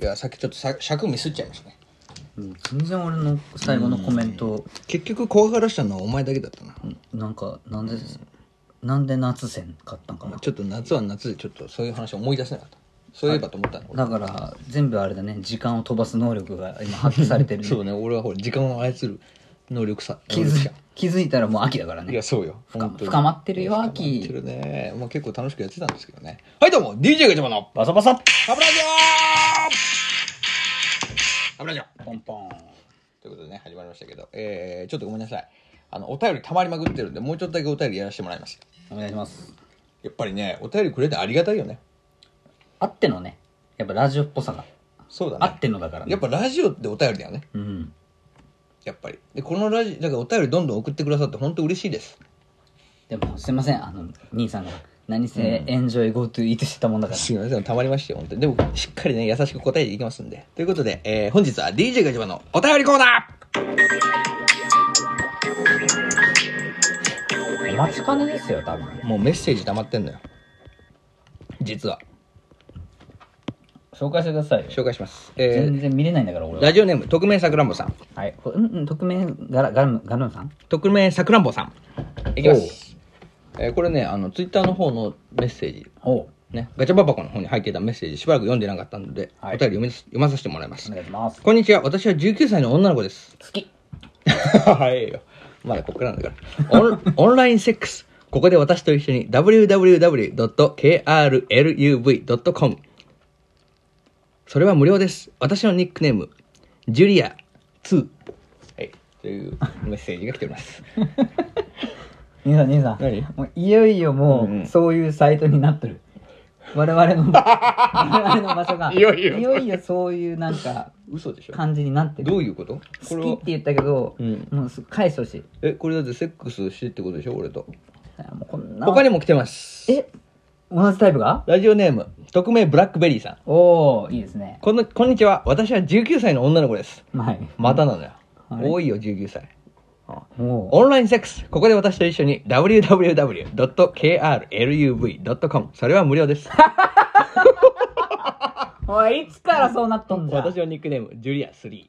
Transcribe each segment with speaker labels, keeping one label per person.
Speaker 1: いやさっきちょっとさ尺ミスっちゃいましたね
Speaker 2: うん全然俺の最後のコメント、
Speaker 1: 結局怖がらしたのはお前だけだったな、
Speaker 2: なんかなんで、なんで夏線買ったんかな
Speaker 1: ちょっと夏は夏でちょっとそういう話を思い出せなかったそういえばと思ったの、
Speaker 2: だから全部あれだね時間を飛ばす能力が今発揮されてる、ね、
Speaker 1: そうね俺はほら時間を操る能力さ
Speaker 2: 気
Speaker 1: 能力
Speaker 2: づ
Speaker 1: 者
Speaker 2: 気づいたらもう秋だから
Speaker 1: い
Speaker 2: ね
Speaker 1: やそうよ
Speaker 2: 深
Speaker 1: 本当に
Speaker 2: 深まってるよ
Speaker 1: 深ま
Speaker 2: 秋
Speaker 1: ってるねまあ結構楽しくやってたんですけどねはいどうも DJ がジャマの
Speaker 2: バサバサ
Speaker 1: ハブラジオハブラジオ
Speaker 2: ポンポン
Speaker 1: ということでね始まりましたけどえー、ちょっとごめんなさいあのお便りたまりまくってるんでもうちょっとだけお便りやらせてもらいます
Speaker 2: お願いします
Speaker 1: やっぱりねお便りくれてありがたいよね
Speaker 2: あってのねやっぱラジオっぽさが、
Speaker 1: そうだ
Speaker 2: あ
Speaker 1: ね
Speaker 2: ってのだからね
Speaker 1: やっぱラジオってお便りだよね
Speaker 2: うん
Speaker 1: やっぱりでこのラジだからお便りどんどん送ってくださって本当嬉しいです
Speaker 2: でもすいませんあの兄さんが何せエンジョイ GoToEat してたもんだから、
Speaker 1: すみませんたまりまして本当にでもしっかりね優しく答えていきますんでということで、えー本日は DJ ガチャバのお便りコーナ
Speaker 2: お待ちかねですよ多分
Speaker 1: ーもうメッセージ溜まってんのよ実は
Speaker 2: 紹介してくださいよ
Speaker 1: 紹介しますえ
Speaker 2: 全然見れないんだから
Speaker 1: ー
Speaker 2: 俺は
Speaker 1: ラジオネーム匿名さくらんぼさん
Speaker 2: はいこうんうん匿名ガラガルムガルムさん
Speaker 1: 匿名さくらんぼさんいきます、えーこれねあのツイッターの方のメッセージ
Speaker 2: おう
Speaker 1: ね、ガチャバ箱の方に入っていたメッセージしばらく読んでなかったので、
Speaker 2: はい
Speaker 1: お便り読みます読まさせてもらいます
Speaker 2: お願いします
Speaker 1: こんにちは私は19歳の女の子です
Speaker 2: 好き
Speaker 1: はいよ。まだこっからなんだから。オンオンラインセックス。ここで私と一緒に www.krluv.com。それは無料です。私のニックネーム、ジュリア2。はい。というメッセージが来ており ます。
Speaker 2: 兄さん兄さん
Speaker 1: 何
Speaker 2: もういよいよもう、
Speaker 1: うんうん
Speaker 2: そういうサイトになってる我々 の我々の場所が
Speaker 1: いよいよ
Speaker 2: そういうなんか
Speaker 1: 嘘でしょ
Speaker 2: 感じになってる
Speaker 1: どういうことこれ
Speaker 2: 好き
Speaker 1: は
Speaker 2: って、言ったけど、
Speaker 1: うん
Speaker 2: もうすぐ返してほしい
Speaker 1: え、これだってセックスしてってことでしょ俺と。
Speaker 2: もうこんな
Speaker 1: 他にも来てます。
Speaker 2: え同じタイプが
Speaker 1: ラジオネーム、匿名ブラックベリーさん。
Speaker 2: おおいいですね
Speaker 1: この、こんにちは。私は19歳の女の子です。
Speaker 2: はい
Speaker 1: またなのよ。
Speaker 2: あれ
Speaker 1: 多いよ、19歳。
Speaker 2: もう
Speaker 1: オンラインセックス。ここで私と一緒に www.krluv.com。それは無料です。
Speaker 2: おいいつからそうなっとんじゃん
Speaker 1: 私のニックネーム、ジュリア3。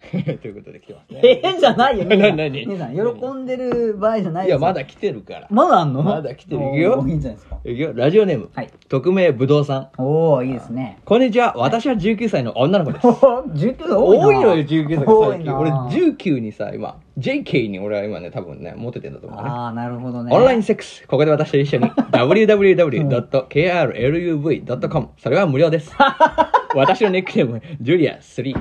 Speaker 1: という ことで来てますね。
Speaker 2: 変じゃないよ
Speaker 1: な
Speaker 2: 兄さん
Speaker 1: 何
Speaker 2: 兄さん喜んでる場合じゃない
Speaker 1: い
Speaker 2: です
Speaker 1: や、
Speaker 2: よ
Speaker 1: まだ来てるから。
Speaker 2: まだあんの
Speaker 1: まだ来てる
Speaker 2: おー
Speaker 1: よ
Speaker 2: いいんじゃないですか
Speaker 1: いくよラジオネーム、
Speaker 2: はい
Speaker 1: 匿名ぶどうさん。
Speaker 2: おおいいです ね
Speaker 1: こんにちは。私は19歳の女の子です。
Speaker 2: おー19歳多いな
Speaker 1: 多いのよ、19
Speaker 2: 多
Speaker 1: 歳。最
Speaker 2: いな
Speaker 1: 近。俺、19にさ、今、JK に俺は今ね、多分ね、モテてんだと思うね。
Speaker 2: ああなるほどね
Speaker 1: オンラインセックス。ここで私と一 緒に www.krluv.com。それは無料 です。私のニックネーム、ジュリア3。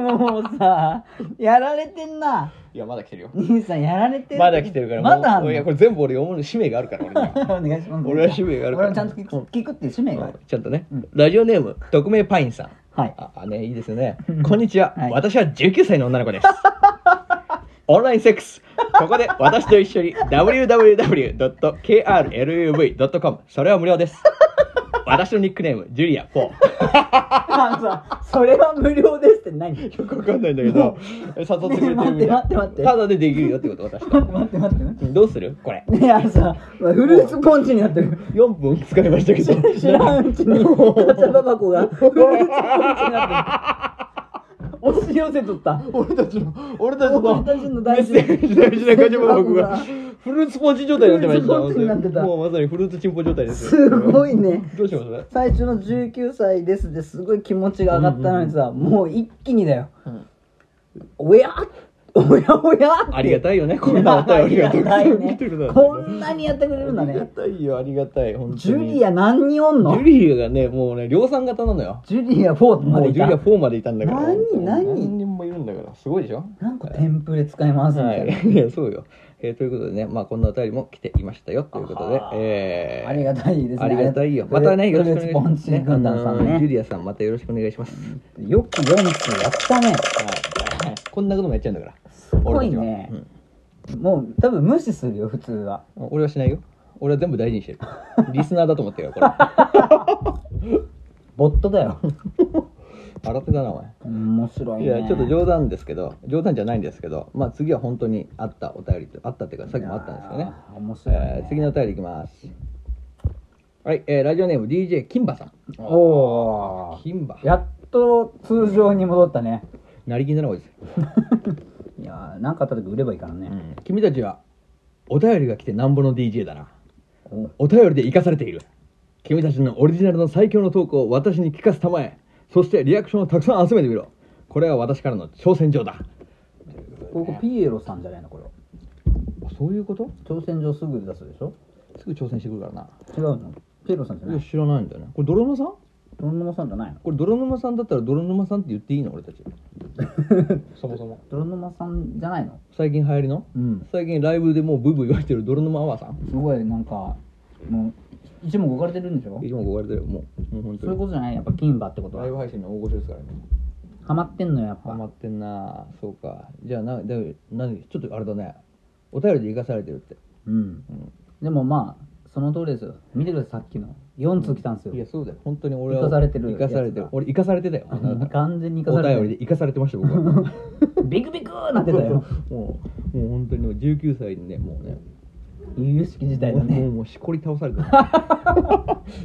Speaker 2: もうさやられてんない
Speaker 1: や、まだ来てるよ。
Speaker 2: 兄さんやられてる
Speaker 1: まだ来てるから、
Speaker 2: まだあん
Speaker 1: も
Speaker 2: の
Speaker 1: ういや、これ全部俺読むの使命があるから、俺には
Speaker 2: お願いします
Speaker 1: 俺は使命があるから
Speaker 2: 俺はちゃんと聞く聞くっていう使命がある
Speaker 1: ちゃんとね、ラジオネーム、匿名パインさん。
Speaker 2: はい
Speaker 1: あ、あね、いいですよね。こんにちは。
Speaker 2: はい
Speaker 1: 私は19歳の女の 子です。オンラインセックス。ここで私と一緒に www.krluv.com。それは無料 です。私のニックネーム、ジュリア4。
Speaker 2: あのさそれは無料ですって 何
Speaker 1: よくわかんないんだけ ど、誘ってくれてるみたい。
Speaker 2: ね待って待って待って
Speaker 1: ただでできるよってこと、私と。
Speaker 2: 待って待って待って待
Speaker 1: どうするこれ。
Speaker 2: っていやさフルーツポンチになってる
Speaker 1: 4分使いましたけど。
Speaker 2: 知らんうちにガチャババコ がフルーツポンチになってる押し寄せとった
Speaker 1: 俺たちの、俺たちの、
Speaker 2: 俺たちの大事な
Speaker 1: メッセージ大事なガチャババコ が、フルーツポンチ状態になってました。
Speaker 2: フルーツポンチになって
Speaker 1: 本当
Speaker 2: た
Speaker 1: にもうまさにフルーツチンポ状態ですよ。
Speaker 2: すごいね
Speaker 1: どうします
Speaker 2: 最初の19歳ですですごい気持ちが上がったのにさ、もう一気にだよ、おやおやおやって
Speaker 1: ありがたいよね、こんなお便りがたくさ
Speaker 2: あり
Speaker 1: ん
Speaker 2: がたいね
Speaker 1: 来てるなんて
Speaker 2: こんなにやってくれるんだ
Speaker 1: ありが
Speaker 2: ね
Speaker 1: たいよ、ありがたい。本当に
Speaker 2: ジュリア何人おんの
Speaker 1: ジュリアがね、もうね、量産型なのよ。
Speaker 2: ジュリア4ま
Speaker 1: も
Speaker 2: で
Speaker 1: う
Speaker 2: い
Speaker 1: ジュ
Speaker 2: た
Speaker 1: リア4までいたんだから。
Speaker 2: 何何
Speaker 1: 何人もいるんだから、すごいでしょ
Speaker 2: なんかテンプレ使い回すみた
Speaker 1: はい
Speaker 2: な、
Speaker 1: い、いやそうよ、えーということでね、まあ、こんなお便りも来ていましたよということで
Speaker 2: あは、ー
Speaker 1: えー
Speaker 2: ありがたいですね
Speaker 1: ありがたいよまたねよろしくお願いします、
Speaker 2: フ
Speaker 1: ね
Speaker 2: ルーツポンチ軍団さん
Speaker 1: あ
Speaker 2: ね
Speaker 1: のージュリアさんまたよろしくお願いします、
Speaker 2: よく4つやったね
Speaker 1: はい、こんなこともやっちゃうんだから
Speaker 2: すごいね
Speaker 1: 俺たちは
Speaker 2: もう多分無視するよ普通は
Speaker 1: うん俺はしないよ俺は全部大事にしてるリスナーだと思ってる よこれ
Speaker 2: ボットだよ
Speaker 1: 新手だなお前
Speaker 2: 面白い
Speaker 1: い
Speaker 2: ね
Speaker 1: やちょっと冗談ですけど冗談じゃないんですけどまあ次は本当にあったお便りとあったっていうかさっきもあったんですよ
Speaker 2: い
Speaker 1: ね
Speaker 2: やー面白いね
Speaker 1: えー次のお便りいきますはい、えーラジオネーム DJ 金馬さん。
Speaker 2: おー
Speaker 1: 金馬。
Speaker 2: やっと通常に戻ったね
Speaker 1: なりきんだな、こいつ。
Speaker 2: いやーなんかあった時売ればいいからね、
Speaker 1: 君たちは、お便りが来てなんぼの DJ だな。
Speaker 2: お
Speaker 1: お便りで生かされている。君たちのオリジナルの最強のトークを私に聞かせたまえ。そしてリアクションをたくさん集めてみろ。これは私からの挑戦状だ。
Speaker 2: ここピエロさんじゃないのこれは
Speaker 1: そういうこと
Speaker 2: 挑戦状すぐ出すでしょ
Speaker 1: すぐ挑戦してくるからな。
Speaker 2: 違うのピエロさんじゃない
Speaker 1: や
Speaker 2: い
Speaker 1: 知らないんだよね。これ泥沼さん
Speaker 2: 泥沼さんじゃないの
Speaker 1: これ泥沼さんだったら泥沼さんって言っていいの俺たち。 そもそも。
Speaker 2: 泥沼さんじゃないの
Speaker 1: 最近流行りの
Speaker 2: うん
Speaker 1: 最近ライブでもうブーブー言われてる泥沼アワーさん。
Speaker 2: すごいなんかもう一目置かれてるんでしょ
Speaker 1: いつも憧れてるよ、もう。もう本当
Speaker 2: そういう
Speaker 1: に。
Speaker 2: ことじゃないやっぱ金馬ってこと
Speaker 1: ライブ
Speaker 2: は
Speaker 1: 配信の大御所ですからね。
Speaker 2: ハマってんのよやっ
Speaker 1: ハマ
Speaker 2: ぱ
Speaker 1: ってんなそうか。じゃあ、な、だいぶ何ちょっとあれだね。お便りで生かされてるって。
Speaker 2: うんでもまあその通りですよ見てくださいさっきの4通来たんですよ
Speaker 1: いや、そうだよ。本当に俺は。
Speaker 2: 生かされてる
Speaker 1: 生かされて
Speaker 2: や
Speaker 1: る
Speaker 2: つだ
Speaker 1: 俺、生かされてたよ。
Speaker 2: あもう 完全に生
Speaker 1: お
Speaker 2: かされて
Speaker 1: 便りで生かされてました、僕は。も
Speaker 2: ビクビクーなって たよ
Speaker 1: う、もう本当にもう19歳でね、もうね。
Speaker 2: 由々しき時代だ
Speaker 1: もう
Speaker 2: ね
Speaker 1: もうしこり倒され た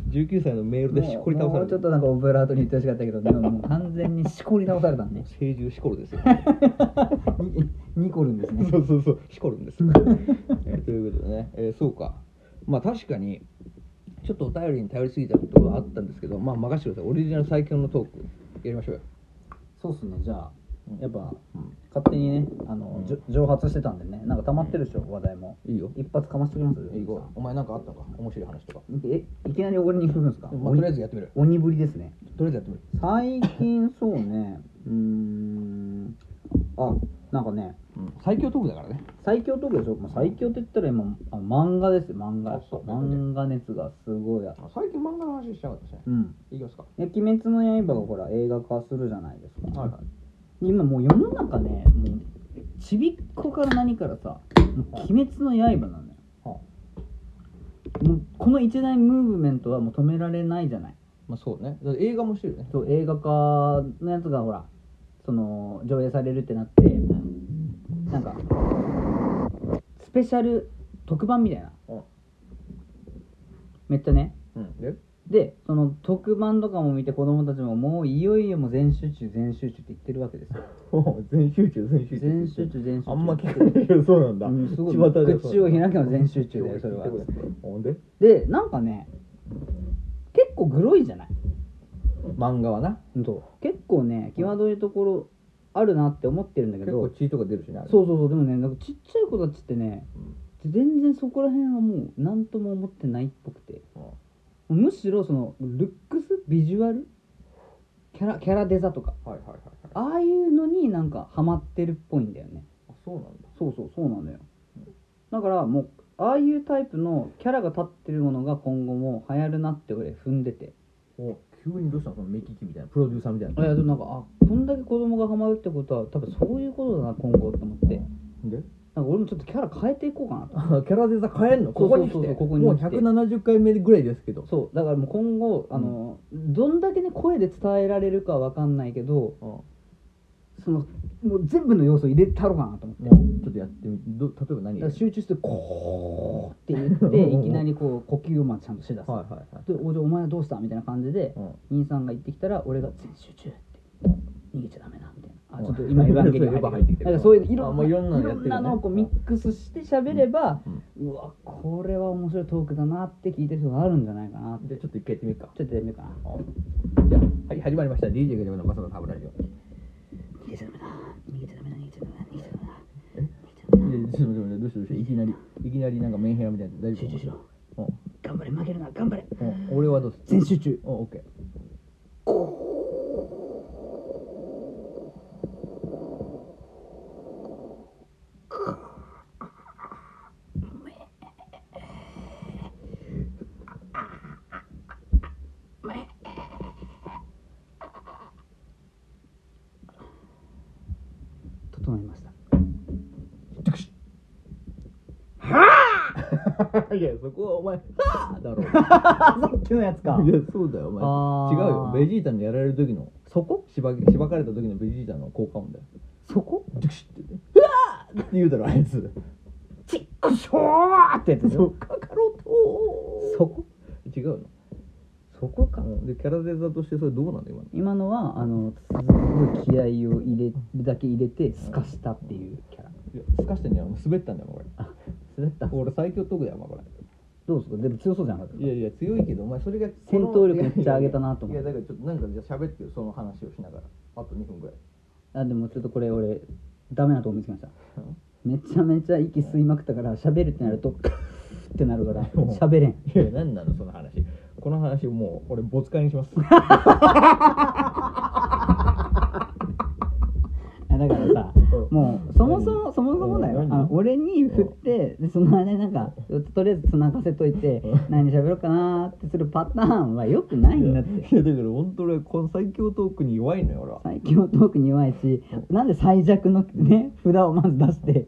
Speaker 1: 19歳のメールでしこり倒さ
Speaker 2: も
Speaker 1: れ
Speaker 2: うち
Speaker 1: た
Speaker 2: ょっとなんかオブラートに言ってほしかったけどでももう完全にしこり倒されたんで
Speaker 1: 成獣しこるです よ
Speaker 2: にニコルンです ね
Speaker 1: そうそうそうしこるんですよ、 えーということでね、えーそうかまあ確かにちょっとお便りに頼りすぎたことはあったんですけどまあ任せてくださいオリジナル最強のトークやりましょうよ
Speaker 2: そうっすねじゃあやっぱ
Speaker 1: うん
Speaker 2: 勝手にねあの、
Speaker 1: うん
Speaker 2: じょ蒸発してたんでねなんか溜まってるでしょ話題も
Speaker 1: いいよ
Speaker 2: 一発かましておきます
Speaker 1: いいよお前なんかあったのか面白い話とか、
Speaker 2: えいきなり俺に振るんですか、
Speaker 1: まあ、とりあえずやってみる
Speaker 2: 鬼ぶりですね
Speaker 1: とりあえずやってみる
Speaker 2: 最近そうねうーんあなんかね
Speaker 1: うん最強トークだからね
Speaker 2: 最強トークでしょ、まあ、最強って言ったら今あ漫画ですよ漫画
Speaker 1: あそう
Speaker 2: 漫画熱がすごいあ
Speaker 1: 最近漫画の話しちゃうんですね
Speaker 2: うん
Speaker 1: いきますか
Speaker 2: で鬼滅の刃がほら映画化するじゃないですか、
Speaker 1: はい
Speaker 2: 今もう世の中ねもうちびっこから何からさ「もう鬼滅の刃」なのよ
Speaker 1: は
Speaker 2: もうこの一大ムーブメントはもう止められないじゃない
Speaker 1: まあそうねだって映画もしてるよね
Speaker 2: そう映画化のやつがほらその上映されるってなってなんかスペシャル特番みたいな
Speaker 1: うん
Speaker 2: めっちゃね
Speaker 1: うんで
Speaker 2: でその特番とかも見て子供たちももういよいよもう全集中全集中って言ってるわ けですよ
Speaker 1: 全集中全集中
Speaker 2: 全集中全集中
Speaker 1: あんま聞かないけどそうなんだ、
Speaker 2: うんすごい
Speaker 1: 巷ではそう
Speaker 2: 口を開けば全集中だよそれは
Speaker 1: ほんで
Speaker 2: でなんかね結構グロいじゃない
Speaker 1: 漫画はな
Speaker 2: 結構ね際どいところあるなって思ってるんだけ
Speaker 1: 結構
Speaker 2: ど
Speaker 1: 血とか出るしねあれ
Speaker 2: そうそうそうでもねなんかちっちゃい子たちってね全然そこら辺はもう何とも思ってないっぽくて
Speaker 1: うん
Speaker 2: むしろそのルックスビジュアルキャラキャラデザとか
Speaker 1: はいはいはいはいあ
Speaker 2: ああいうのになんかハマってるっぽいんだよね
Speaker 1: そうなんだ
Speaker 2: そうそうそうなんだよだからもうああいうタイプのキャラが立ってるものが今後も流行るなって俺踏んでて
Speaker 1: お急にどうしたのその目利きみたいなプロデューサーみたい
Speaker 2: い
Speaker 1: な
Speaker 2: やでもなんかあこんだけ子供がハマるってことは多分そういうことだな今後と思って
Speaker 1: で
Speaker 2: なんか俺もちょっとキャラ変えていこうかなと
Speaker 1: キャラデザ変えんのここに
Speaker 2: そ
Speaker 1: 来
Speaker 2: うそう
Speaker 1: て
Speaker 2: そうここに
Speaker 1: もう
Speaker 2: 来て
Speaker 1: 170回目ぐらいですけど
Speaker 2: そうだからもう今後あの、どんだけね声で伝えられるかわかんないけど
Speaker 1: うん
Speaker 2: そのもう全部の要素入れたろうかなと思って
Speaker 1: もうちょっとやってみど例えば何や
Speaker 2: だから
Speaker 1: る
Speaker 2: 集中してこうって言っていきなりこう呼吸をまあちゃんとしだす、
Speaker 1: はいはいはい
Speaker 2: でお嬢お前はどうしたみたいな感じで、
Speaker 1: うん
Speaker 2: 兄さんが行ってきたら俺が全集中って逃げちゃダメなみたいなあ
Speaker 1: うん
Speaker 2: ちょっと今エヴァンゲリオン
Speaker 1: そうエヴァ入ってきてる
Speaker 2: なんかそういういろ
Speaker 1: あ
Speaker 2: ん
Speaker 1: も
Speaker 2: な
Speaker 1: う
Speaker 2: い
Speaker 1: い
Speaker 2: ろ
Speaker 1: ろんなのやってる
Speaker 2: ん
Speaker 1: よね
Speaker 2: なのをこうミックスして喋れば、
Speaker 1: うん
Speaker 2: うわこれは面白いトークだなって聞いてる人があるんじゃないかなって
Speaker 1: じゃあちょっと一回やってみるか
Speaker 2: ちょっとやってみようかな
Speaker 1: じゃあはい始まりました DJ がジャムのバサバサハブラジオ
Speaker 2: 逃げちゃダメだ逃げちゃダメだ逃げちゃダメだ逃げちゃダメだ
Speaker 1: いやちょっと待ってどうしたどうしたいきなりいきなりなんかメンヘラみたいな大丈夫
Speaker 2: 集中しろ
Speaker 1: うん
Speaker 2: 頑張れ負けるな頑張れ
Speaker 1: うん俺はどうする
Speaker 2: 全集中
Speaker 1: うんオッケー
Speaker 2: 整いました
Speaker 1: いやそこはお前はあだろ
Speaker 2: あさっきのやつか
Speaker 1: いやそうだよ
Speaker 2: あ
Speaker 1: お
Speaker 2: ー
Speaker 1: 前違うよベジータにやられる時の
Speaker 2: そこ
Speaker 1: しばしばかれた時のベジータの効果音だよ
Speaker 2: そこ
Speaker 1: ドゥクシッってねうわーって言うだろあいつ
Speaker 2: ちっくしょーってやつでし
Speaker 1: そ
Speaker 2: ょ
Speaker 1: うかかろうと
Speaker 2: そこ
Speaker 1: 違違うの、
Speaker 2: そこか
Speaker 1: うん、でキャラデザとしてそれどうなの今の
Speaker 2: 今のはあのすごい気合を入れるだけ入れてすかしたっていうキャラ
Speaker 1: いやすかしてんじゃん滑ったんだよお前
Speaker 2: あ滑った
Speaker 1: これ俺最強特だよお前これ
Speaker 2: どうですかでも強そうじゃなかった
Speaker 1: いやいや強いけどお前それが
Speaker 2: 戦闘力めっちゃ上げたなと思って
Speaker 1: いやいやいやだからちょっとなんかじゃあ喋ってよその話をしながらあと2分ぐらい
Speaker 2: あでもちょっとこれ俺ダメなとこ見つけましためちゃめちゃ息吸いまくったから喋るってなるとカフってなる から喋れん
Speaker 1: いや何なのその話この話もう俺没回にします
Speaker 2: あだからさもうそもそもそもそもだよ
Speaker 1: うん
Speaker 2: あの俺に振ってでその間になんかとりあえずつながせといて何喋ろうかなーってするパターンはよくないんだって
Speaker 1: いやだから本当俺この最強トークに弱いのよ俺は
Speaker 2: 最強トークに弱いしなんで最弱のね札をまず出して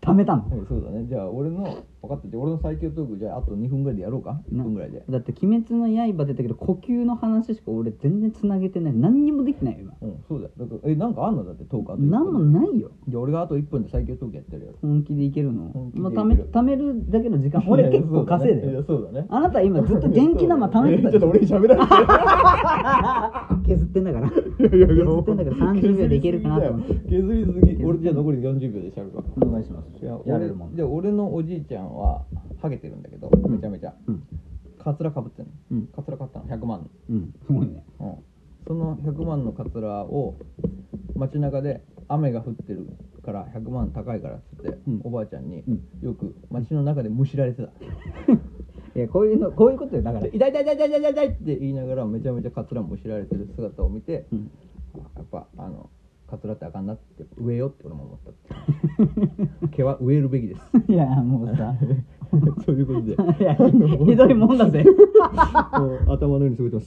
Speaker 2: 貯めたの
Speaker 1: うんそうだねじゃあ俺の分かったじゃあ俺の最強トークじゃああと2分ぐらいでやろうか1
Speaker 2: な
Speaker 1: 分ぐらいで
Speaker 2: だって「鬼滅の刃」出たけど呼吸の話しか俺全然つなげてない何にもできてないよ今
Speaker 1: うんそうだよだからえなんかあんのだってトークあと1分
Speaker 2: 何もないよ
Speaker 1: じゃあ俺があと1分で最強トークやってやるよ
Speaker 2: 本気でいけるの
Speaker 1: 本気でい
Speaker 2: まあ
Speaker 1: ける
Speaker 2: 貯め貯めるだけの時間俺結構稼いで
Speaker 1: いや
Speaker 2: る
Speaker 1: そうだね
Speaker 2: あなた今ずっと元気玉貯めて た
Speaker 1: ちょっ
Speaker 2: でし
Speaker 1: と
Speaker 2: ょ
Speaker 1: 俺に喋られてる
Speaker 2: 削ってんだから
Speaker 1: い やいや
Speaker 2: 削ってんだから30秒でいけるかなと思って
Speaker 1: 削りすぎ俺じゃあ残り40秒でしゃべるわ
Speaker 2: お願いします
Speaker 1: いや
Speaker 2: やれ
Speaker 1: 俺
Speaker 2: るもん
Speaker 1: じゃあ俺のおじいちゃんはハゲてるんだけど
Speaker 2: ん
Speaker 1: めちゃめちゃ
Speaker 2: うん
Speaker 1: カツラかぶってんの
Speaker 2: うん
Speaker 1: カツラ買ったの100万
Speaker 2: うんすごいね
Speaker 1: の、うん、その100万のカツラを街中で雨が降ってるから100万高いからっつって、
Speaker 2: うん
Speaker 1: おばあちゃんに
Speaker 2: うん
Speaker 1: よく街の中でむしられてた
Speaker 2: いやこういうのこういうことよだから
Speaker 1: で痛い痛い痛い痛い痛い痛い痛いって言いながらめちゃめちゃカツラむしられてる姿を見て、
Speaker 2: うん
Speaker 1: やっぱあのカツラってあかんなって植えようって俺も思った 毛は植えるべきです
Speaker 2: いやもうさ
Speaker 1: そういうことで
Speaker 2: いやひどいもんだぜ
Speaker 1: もう頭のように過ごしてます